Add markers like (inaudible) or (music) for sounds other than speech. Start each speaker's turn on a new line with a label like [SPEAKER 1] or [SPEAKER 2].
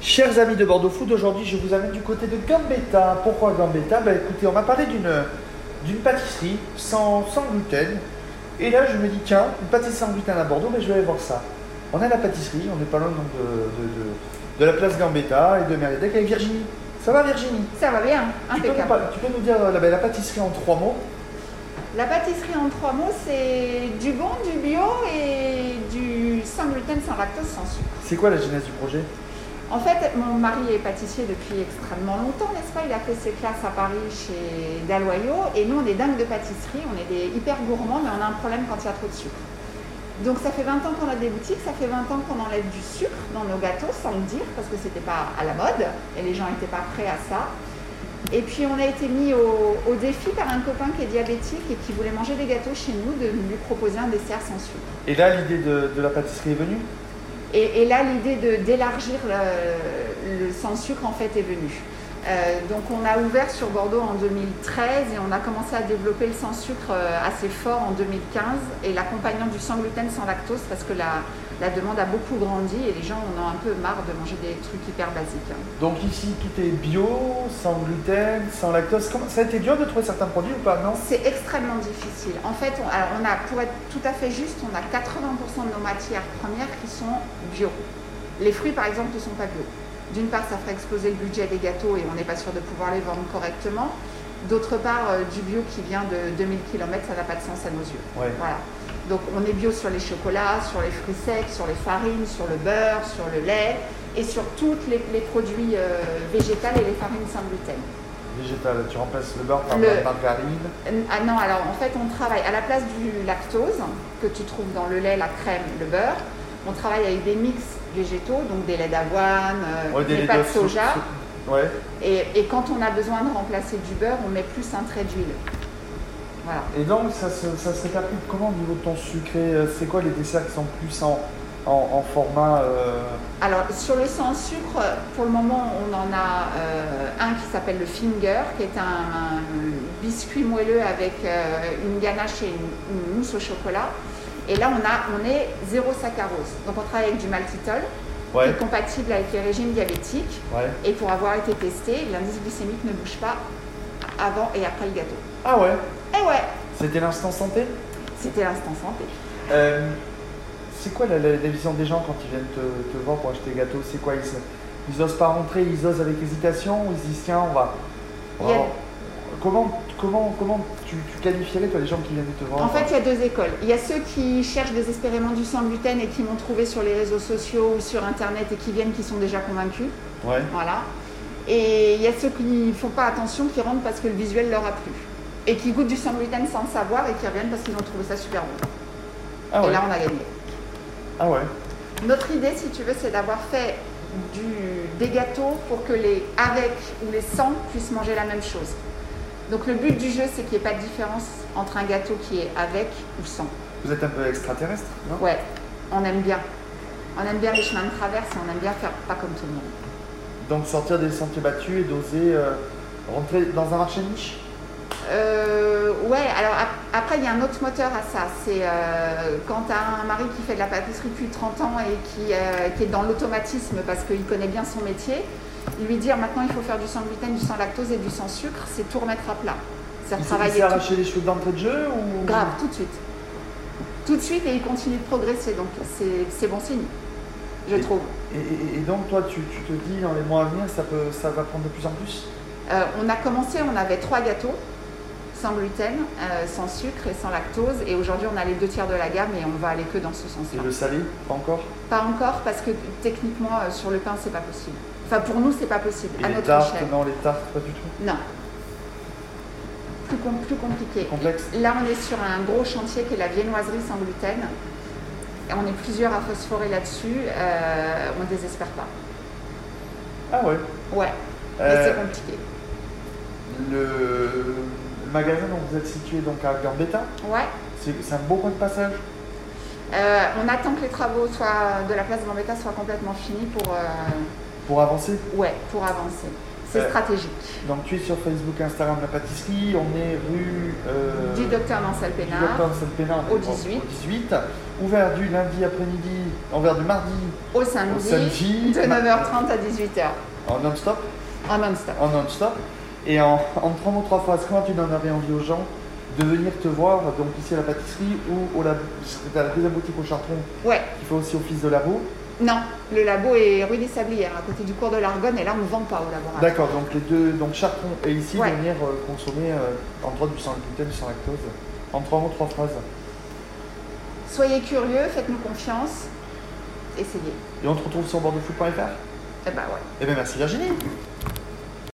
[SPEAKER 1] Chers amis de Bordeaux Food, aujourd'hui je vous amène du côté de Gambetta. Pourquoi Gambetta Bah écoutez, on m'a parlé d'une d'une pâtisserie sans, sans gluten. Et là je me dis, tiens, une pâtisserie sans gluten à Bordeaux, mais je vais aller voir ça. On est à la pâtisserie, on n'est pas loin donc de, de, de- de la place Gambetta et de Mériadeck avec Virginie. Ça va Virginie
[SPEAKER 2] Ça va bien,
[SPEAKER 1] tu peux, nous,
[SPEAKER 2] impeccable.
[SPEAKER 1] par- tu peux nous dire euh, la, la pâtisserie en trois mots
[SPEAKER 2] La pâtisserie en trois mots, c'est du bon, du bio et du sans gluten, sans lactose, sans sucre.
[SPEAKER 1] C'est quoi la genèse du projet
[SPEAKER 2] En fait, mon mari est pâtissier depuis extrêmement longtemps, n'est-ce pas Il a fait ses classes à Paris chez Daloyau et nous, on est dingues de pâtisserie, on est des hyper gourmands, mais on a un problème quand il y a trop de sucre. Donc ça fait 20 ans qu'on a des boutiques, ça fait 20 ans qu'on enlève du sucre dans nos gâteaux sans le dire parce que c'était pas à la mode et les gens n'étaient pas prêts à ça. Et puis on a été mis au, au défi par un copain qui est diabétique et qui voulait manger des gâteaux chez nous de lui proposer un dessert sans sucre.
[SPEAKER 1] Et là l'idée de, de la pâtisserie est venue
[SPEAKER 2] Et, et là l'idée de- d'élargir le, le sans sucre en fait est venue. Euh, donc on a ouvert sur Bordeaux en 2013 et on a commencé à développer le sans sucre euh, assez fort en 2015 et l'accompagnant du sans gluten sans lactose parce que la, la demande a beaucoup grandi et les gens en ont un peu marre de manger des trucs hyper basiques. hein.
[SPEAKER 1] Donc ici tout est bio, sans gluten, sans lactose. Comment- ça a été dur de trouver certains produits ou pas Non
[SPEAKER 2] C'est extrêmement difficile. En fait, on, alors, on a, pour être tout à fait juste, on a 80% de nos matières premières qui sont bio. Les fruits, par exemple, ne sont pas bio. D'une part, ça ferait exploser le budget des gâteaux et on n'est pas sûr de pouvoir les vendre correctement. D'autre part, euh, du bio qui vient de 2000 km, ça n'a pas de sens à nos yeux.
[SPEAKER 1] Ouais.
[SPEAKER 2] Voilà. Donc on est bio sur les chocolats, sur les fruits secs, sur les farines, sur le beurre, sur le lait et sur tous les, les produits euh, végétaux et les farines sans gluten.
[SPEAKER 1] Végétal, tu remplaces le beurre par
[SPEAKER 2] Le-
[SPEAKER 1] de la margarine.
[SPEAKER 2] Ah non, alors en fait, on travaille à la place du lactose que tu trouves dans le lait, la crème, le beurre. On travaille avec des mix végétaux, donc des laits d'avoine, euh,
[SPEAKER 1] Ouais,
[SPEAKER 2] des,
[SPEAKER 1] laits
[SPEAKER 2] pâtes
[SPEAKER 1] d'œufs sous-
[SPEAKER 2] soja.
[SPEAKER 1] sous- Ouais.
[SPEAKER 2] Et, et quand on a besoin de remplacer du beurre, on met plus un trait d'huile. Voilà.
[SPEAKER 1] Et donc ça se, ça se répercute comment au niveau de ton sucré Euh, C'est quoi les desserts qui sont plus en, en- en format euh,
[SPEAKER 2] Alors sur le sans sucre, pour le moment, on en a euh, un qui s'appelle le finger, qui est un, un biscuit moelleux avec euh, une ganache et une, une mousse au chocolat. Et là, on, a, on est zéro saccharose. Donc on travaille avec du maltitol. qui
[SPEAKER 1] Ouais.
[SPEAKER 2] est compatible avec les régimes diabétiques.
[SPEAKER 1] Ouais.
[SPEAKER 2] Et pour avoir été testé, l'indice glycémique ne bouge pas avant et après le gâteau.
[SPEAKER 1] Ah ouais
[SPEAKER 2] Et ouais,
[SPEAKER 1] C'était l'instant santé
[SPEAKER 2] c'était l'instant santé.
[SPEAKER 1] Euh, C'est quoi la, la- la vision des gens quand ils viennent te, te voir pour acheter gâteau C'est quoi ils, se- ils osent pas rentrer, ils osent avec hésitation ou ils se disent tiens on va. on va-
[SPEAKER 2] Il y a-
[SPEAKER 1] Comment, comment, comment tu, tu qualifierais toi les gens qui viennent te voir
[SPEAKER 2] En fait, il y a deux écoles. Il y a ceux qui cherchent désespérément du sans gluten et qui m'ont trouvé sur les réseaux sociaux ou sur Internet et qui viennent qui sont déjà convaincus.
[SPEAKER 1] Ouais.
[SPEAKER 2] Voilà. Et il y a ceux qui ne font pas attention, qui rentrent parce que le visuel leur a plu. Et qui goûtent du sans gluten sans le savoir et qui reviennent parce qu'ils ont trouvé ça super bon.
[SPEAKER 1] Ah
[SPEAKER 2] Et
[SPEAKER 1] ouais.
[SPEAKER 2] là, on a gagné.
[SPEAKER 1] Ah ouais.
[SPEAKER 2] Notre idée, si tu veux, c'est d'avoir fait du- des gâteaux pour que les avec ou les sans puissent manger la même chose. Donc le but du jeu, c'est qu'il n'y ait pas de différence entre un gâteau qui est avec ou sans.
[SPEAKER 1] Vous êtes un peu extraterrestre, non
[SPEAKER 2] Ouais, on aime bien. On aime bien les chemins de traverse et on aime bien faire pas comme tout le monde.
[SPEAKER 1] Donc sortir des sentiers battus et d'oser euh, rentrer dans un marché niche
[SPEAKER 2] Euh, ouais, alors ap- après, il y a un autre moteur à ça. C'est euh, quand tu un mari qui fait de la pâtisserie depuis 30 ans et qui, euh, qui est dans l'automatisme parce qu'il connaît bien son métier, lui dire maintenant il faut faire du sans gluten, du sans lactose et du sans sucre, c'est tout remettre à plat. C'est
[SPEAKER 1] Il s'est- Il
[SPEAKER 2] retravailler
[SPEAKER 1] s'est
[SPEAKER 2] tout.
[SPEAKER 1] arraché les cheveux d'entrée de jeu ou
[SPEAKER 2] Grave, tout de suite. Tout de suite et il continue de progresser. Donc c'est c'est bon signe, je
[SPEAKER 1] Et-
[SPEAKER 2] trouve.
[SPEAKER 1] Et, et- et donc toi tu, tu te dis dans les mois à venir ça peut ça va prendre de plus en plus
[SPEAKER 2] Euh, on a commencé, on avait trois gâteaux, sans gluten, euh, sans sucre et sans lactose. Et aujourd'hui, on a les deux tiers de la gamme et on va aller que dans ce
[SPEAKER 1] Et
[SPEAKER 2] sens-là.
[SPEAKER 1] le salé, pas encore
[SPEAKER 2] Pas encore parce que techniquement, euh, sur le pain, c'est pas possible. Enfin, pour nous, c'est pas possible.
[SPEAKER 1] Et
[SPEAKER 2] à
[SPEAKER 1] les
[SPEAKER 2] notre
[SPEAKER 1] tartes,
[SPEAKER 2] échelle.
[SPEAKER 1] non les tartes, pas du tout.
[SPEAKER 2] Non. Plus, com- plus compliqué.
[SPEAKER 1] Complexe.
[SPEAKER 2] Là, on est sur un gros chantier qui est la viennoiserie sans gluten. Et on est plusieurs à phosphorer là-dessus. Euh, on désespère pas.
[SPEAKER 1] Ah ouais.
[SPEAKER 2] Ouais, mais
[SPEAKER 1] Euh,
[SPEAKER 2] c'est compliqué.
[SPEAKER 1] le le magasin dont vous êtes situé donc à Gambetta,
[SPEAKER 2] Ouais.
[SPEAKER 1] c'est c'est un beau point de passage.
[SPEAKER 2] Euh, on attend que les travaux soient, de la place de Gambetta soient complètement finis pour, euh,
[SPEAKER 1] Pour avancer,
[SPEAKER 2] ouais, pour avancer. C'est
[SPEAKER 1] Euh,
[SPEAKER 2] stratégique.
[SPEAKER 1] Donc tu es sur Facebook, Instagram, la pâtisserie. On est rue euh,
[SPEAKER 2] du docteur Mansel
[SPEAKER 1] du
[SPEAKER 2] Pénard
[SPEAKER 1] Docteur Marcel Pénard,
[SPEAKER 2] au
[SPEAKER 1] donc,
[SPEAKER 2] 18.
[SPEAKER 1] au 18. Ouvert du lundi après-midi, ouvert du mardi
[SPEAKER 2] au
[SPEAKER 1] au
[SPEAKER 2] samedi,
[SPEAKER 1] samedi.
[SPEAKER 2] (laughs) de 9h30 à 18h
[SPEAKER 1] En non-stop.
[SPEAKER 2] en non-stop.
[SPEAKER 1] En non-stop. Et en, en trois mots, trois phrases, comment tu donnerais envie aux gens de venir te voir, donc ici à la pâtisserie ou au lab- à la prison boutique au Chartron,
[SPEAKER 2] Ouais,
[SPEAKER 1] qui fait aussi office de labo
[SPEAKER 2] non, le labo est rue des Sablières, à côté du cours de l'Argonne, et là on ne vend pas au laboratoire.
[SPEAKER 1] D'accord, donc les deux, donc Chartron et ici,
[SPEAKER 2] Ouais.
[SPEAKER 1] venir euh, consommer euh, en droit du sans gluten, du sans lactose. En trois mots, trois phrases.
[SPEAKER 2] Soyez curieux, faites-nous confiance, essayez.
[SPEAKER 1] Et on te retrouve sur bordefoot.fr
[SPEAKER 2] Eh ben ouais.
[SPEAKER 1] Eh bien, merci Virginie